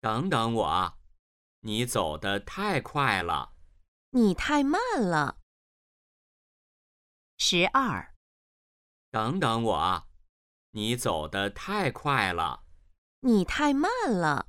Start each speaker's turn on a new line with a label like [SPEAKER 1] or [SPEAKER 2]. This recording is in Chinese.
[SPEAKER 1] 等等我，你走得太快了。
[SPEAKER 2] 你太慢了。十二、
[SPEAKER 1] 等等我，你走得太快了。
[SPEAKER 2] 你太慢了。